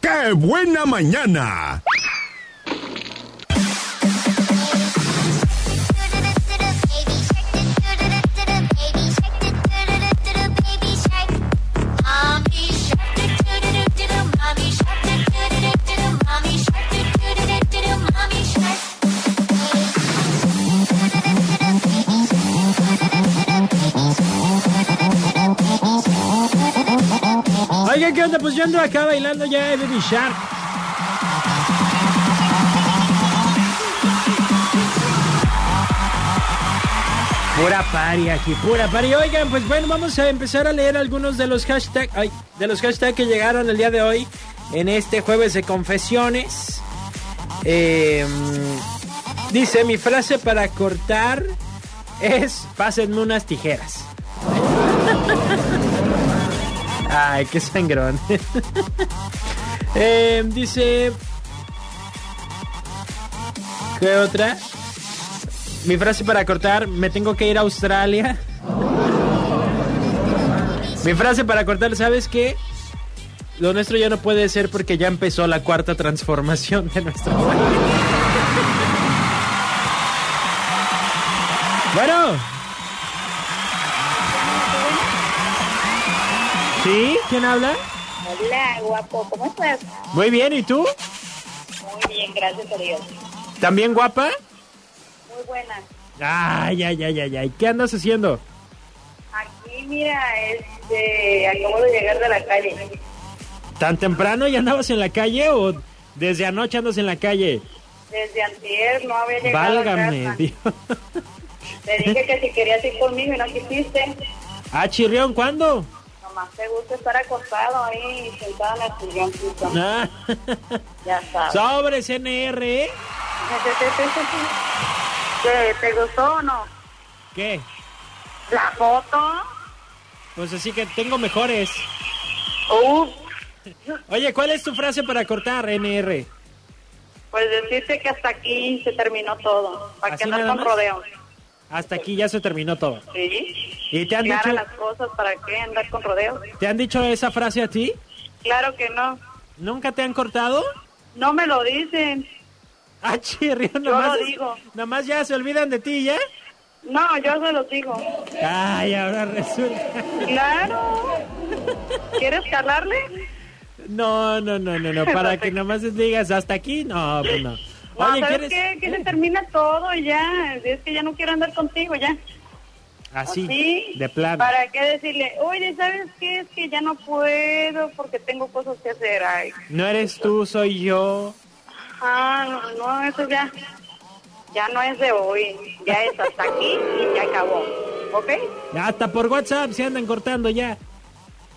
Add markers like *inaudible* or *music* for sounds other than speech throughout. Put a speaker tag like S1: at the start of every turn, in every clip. S1: ¡Qué buena mañana!
S2: Oigan, ¿qué onda? Pues yo ando acá bailando ya de Baby Shark. Pura pari aquí, pura pari. Oigan, pues bueno, vamos a empezar a leer algunos de los hashtags de los hashtags que llegaron el día de hoy en este jueves de confesiones. Eh, dice, mi frase para cortar es, pásenme unas tijeras. Ay, qué sangrón. *laughs* Eh, dice. ¿Qué otra? Mi frase para cortar: Me tengo que ir a Australia. Mi frase para cortar: ¿Sabes qué? Lo nuestro ya no puede ser porque ya empezó la cuarta transformación de nuestro *laughs* país. Bueno, ¿sí? ¿Quién habla?
S3: Hola, guapo, ¿cómo estás?
S2: Muy bien, ¿y tú?
S3: Muy bien, gracias a Dios.
S2: ¿También guapa?
S3: Muy buena.
S2: Ay, ay, ay, ay, ay. ¿Qué andas haciendo?
S3: Aquí, mira, este, acabo de llegar de la calle.
S2: ¿Tan temprano ya andabas en la calle o desde anoche andas en la calle?
S3: Desde antier no había llegado a
S2: Válgame,
S3: casa.
S2: Dios. *laughs*
S3: Te dije que si querías ir conmigo y no quisiste.
S2: Ah, chirrión, ¿cuándo?
S3: Nomás te gusta estar acostado ahí, sentado en el sillón. Cristo. *laughs*
S2: Ah,
S3: Ya sabes.
S2: Sobres NR, ¿eh?
S3: ¿Qué, ¿Te gustó o no?
S2: ¿Qué?
S3: ¿La foto?
S2: Pues así que tengo mejores.
S3: Uh,
S2: Oye, ¿cuál es tu frase para cortar, NR?
S3: pues decirte que hasta aquí se terminó todo. Para
S2: ¿Así
S3: que
S2: nada
S3: andas con
S2: más?
S3: rodeos.
S2: Hasta aquí ya se terminó todo.
S3: Sí.
S2: ¿Y te han,
S3: Claro
S2: dicho,
S3: las cosas, ¿para qué andar con rodeos?
S2: te han dicho esa frase a ti?
S3: Claro que no.
S2: ¿Nunca te han cortado? *laughs*
S3: No me lo dicen.
S2: Ah, chirrión,
S3: Yo
S2: nomás,
S3: lo digo.
S2: nomás ya se olvidan de ti, ¿ya?
S3: No, yo se los digo.
S2: Ay, ahora resulta.
S3: Claro. ¿Quieres calarle?
S2: No, no, no,
S3: *laughs*
S2: no, no, para que nomás digas hasta aquí, no, pues no.
S3: No,
S2: Oye,
S3: ¿sabes
S2: ¿quieres?
S3: qué? Que se termina todo y ya. Es que ya no quiero andar contigo, ya.
S2: Así,
S3: Así,
S2: de plano.
S3: ¿Para qué decirle? Oye, ¿sabes qué? Es que ya no puedo porque tengo cosas que hacer. Ay,
S2: No eres tú, soy yo.
S3: ah, no, no, eso ya. Ya no es de hoy. Ya es hasta aquí y ya acabó. ¿Ok?
S2: Hasta por WhatsApp se andan cortando ya.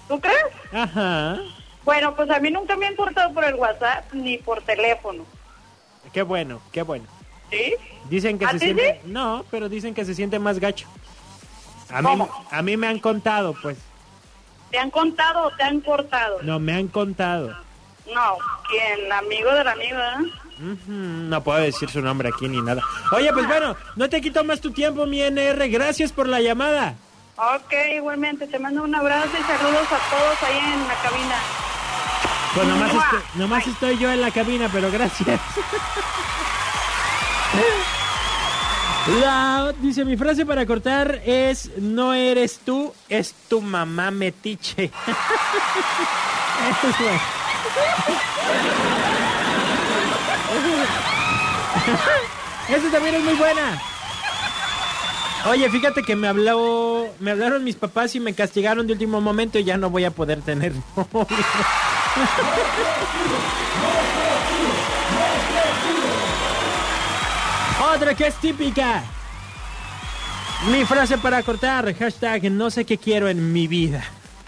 S3: ¿Tú crees?
S2: Ajá.
S3: Bueno, pues a mí nunca me han cortado por el WhatsApp ni por teléfono.
S2: Qué bueno, qué bueno.
S3: ¿Ah, ¿Sí?
S2: Dicen que
S3: ¿A
S2: se
S3: ti
S2: siente... No, pero dicen que se siente más gacho. A mí,
S3: ¿Cómo?
S2: a mí me han contado, pues.
S3: ¿Te han contado o te han cortado?
S2: No, me han contado.
S3: No, ¿quién? Amigo del amigo, ¿eh?
S2: Ujú, No puedo decir su nombre aquí ni nada. Oye, pues bueno, no te quito más tu tiempo, mi NR. Gracias por la llamada.
S3: Ok, igualmente, te mando un abrazo y saludos a todos ahí en la cabina.
S2: Pues nomás,
S3: Mua.
S2: estoy, nomás estoy yo en la cabina, pero gracias. La, dice, mi frase para cortar es, no eres tú, es tu mamá metiche. *laughs* Eso es *laughs* bueno. Esa también es muy buena. Oye, fíjate que me habló, me hablaron mis papás y me castigaron de último momento y ya no voy a poder tener *laughs* novio. Otra que es típica. Mi frase para cortar, hashtag no sé qué quiero en mi vida. *laughs*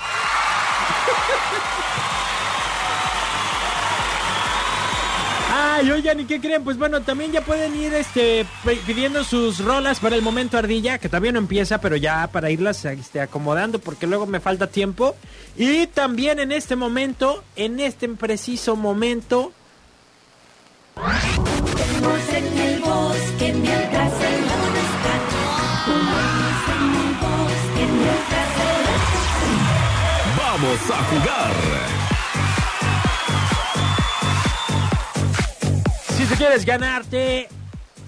S2: Ay, oigan, ¿y qué creen? Pues bueno, también ya pueden ir este, pe- pidiendo sus rolas para el momento ardilla, que todavía no empieza, pero ya para irlas este, acomodando, porque luego me falta tiempo. Y también en este momento, en este preciso momento,
S4: Vamos en el bosque mientras el lobo está. Vamos en el bosque mientras el lobo
S1: ¡Vamos a jugar!
S2: tú quieres ganarte,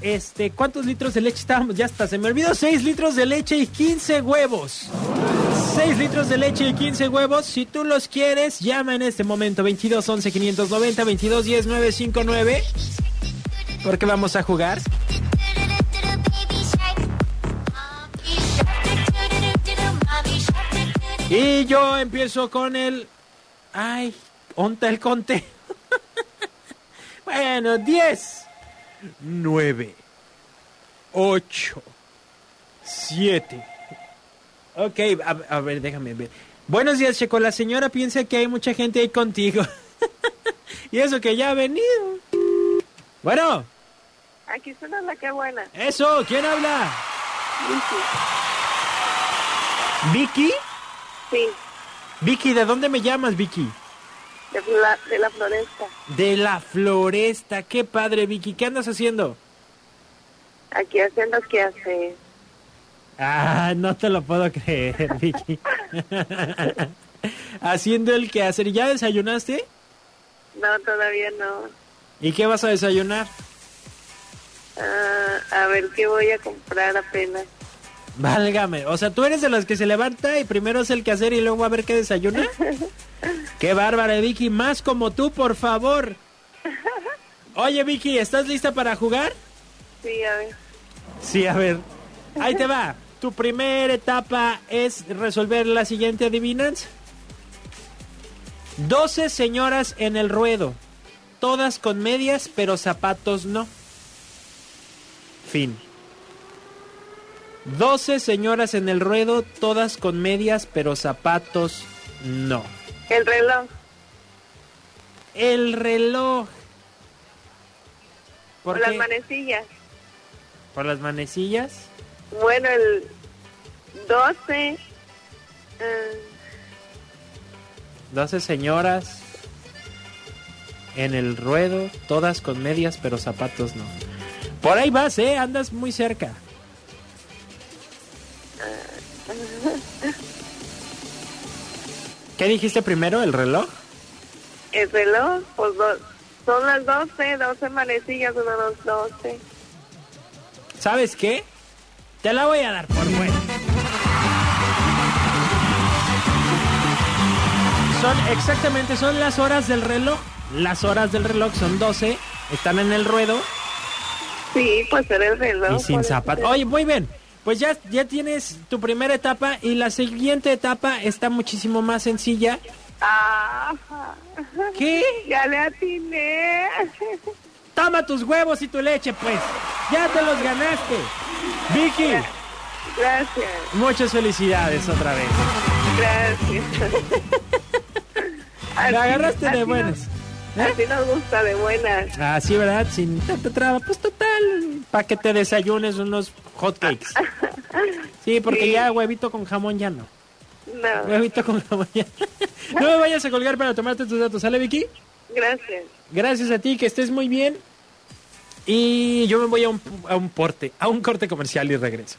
S2: este, ¿cuántos litros de leche estábamos? Ya está, se me olvidó, 6 litros de leche y 15 huevos. 6 litros de leche y 15 huevos. Si tú los quieres, llama en este momento 22 11 590 22 10 959. Porque vamos a jugar. Y yo empiezo con el. Ay, onta el conte. *laughs* bueno, 10, 9, 8, 7. Ok, a, a ver, déjame ver. Buenos días, Checo. La señora piensa que hay mucha gente ahí contigo. *laughs* y eso que ya ha venido. Bueno,
S3: Aquí suena la que buena.
S2: eso, ¿quién habla? ¿Vicky?
S3: Sí,
S2: Vicky, ¿de dónde me llamas, Vicky?
S3: de la, de la floresta.
S2: De la floresta, qué padre, Vicky. ¿Qué andas haciendo?
S3: Aquí haciendo que hace.
S2: Ah, no te lo puedo creer, *laughs* Vicky. haciendo el quehacer. ¿Ya desayunaste?
S3: No, todavía no.
S2: ¿Y qué vas a desayunar?
S3: Ah, a ver qué voy a comprar apenas.
S2: Válgame, o sea, tú eres de los que se levanta y primero es el quehacer y luego a ver qué desayuna. qué bárbara, Vicky, más como tú, por favor. Oye, Vicky, ¿estás lista para jugar?
S3: Sí, a ver.
S2: Sí, a ver. Ahí te va. Tu primera etapa es resolver la siguiente adivinanza. 12 señoras en el ruedo. Todas con medias, pero zapatos no. Fin. 12 señoras en el ruedo, todas con medias, pero zapatos no.
S3: El reloj.
S2: El reloj.
S3: O
S2: ¿Por
S3: las
S2: qué?
S3: manecillas.
S2: ¿Por las manecillas?
S3: Bueno, el 12. eh,
S2: 12 señoras en el ruedo, todas con medias pero zapatos no. Por ahí vas, ¿eh? Andas muy cerca. ¿Qué dijiste primero? ¿El reloj?
S3: el reloj, pues do- son las 12, 12 manecillas, son las 12.
S2: ¿Sabes qué? Te la voy a dar por buena. Son exactamente, son las horas del reloj. Las horas del reloj son 12, están en el ruedo.
S3: Sí, pues era el reloj.
S2: Y sin
S3: por este eso
S2: zapatos.
S3: te-
S2: Oye, muy bien. Pues ya, ya tienes tu primera etapa y la siguiente etapa está muchísimo más sencilla.
S3: Ah,
S2: ¿Qué?
S3: ya le atiné. *laughs*
S2: Toma tus huevos y tu leche, pues. Ya te los ganaste. Vicky,
S3: Gracias,
S2: muchas felicidades otra vez.
S3: gracias.
S2: *laughs*
S3: Así-
S2: La agarraste
S3: así
S2: de
S3: nos-
S2: buenas. ¿Eh?
S3: Así nos gusta, de buenas.
S2: Así, ¿verdad? Sin tanta traba. Pues total, para que te desayunes unos
S3: *laughs*
S2: hotcakes. Sí, porque
S3: Sí.
S2: ya huevito con jamón ya no.
S3: No,
S2: Huevito con jamón ya *laughs* no. No me vayas a colgar para tomarte tus datos. ¿Sale, Vicky?
S3: gracias.
S2: Gracias a ti, que estés muy bien. Y yo me voy a un, a un porte, a un corte comercial y regreso.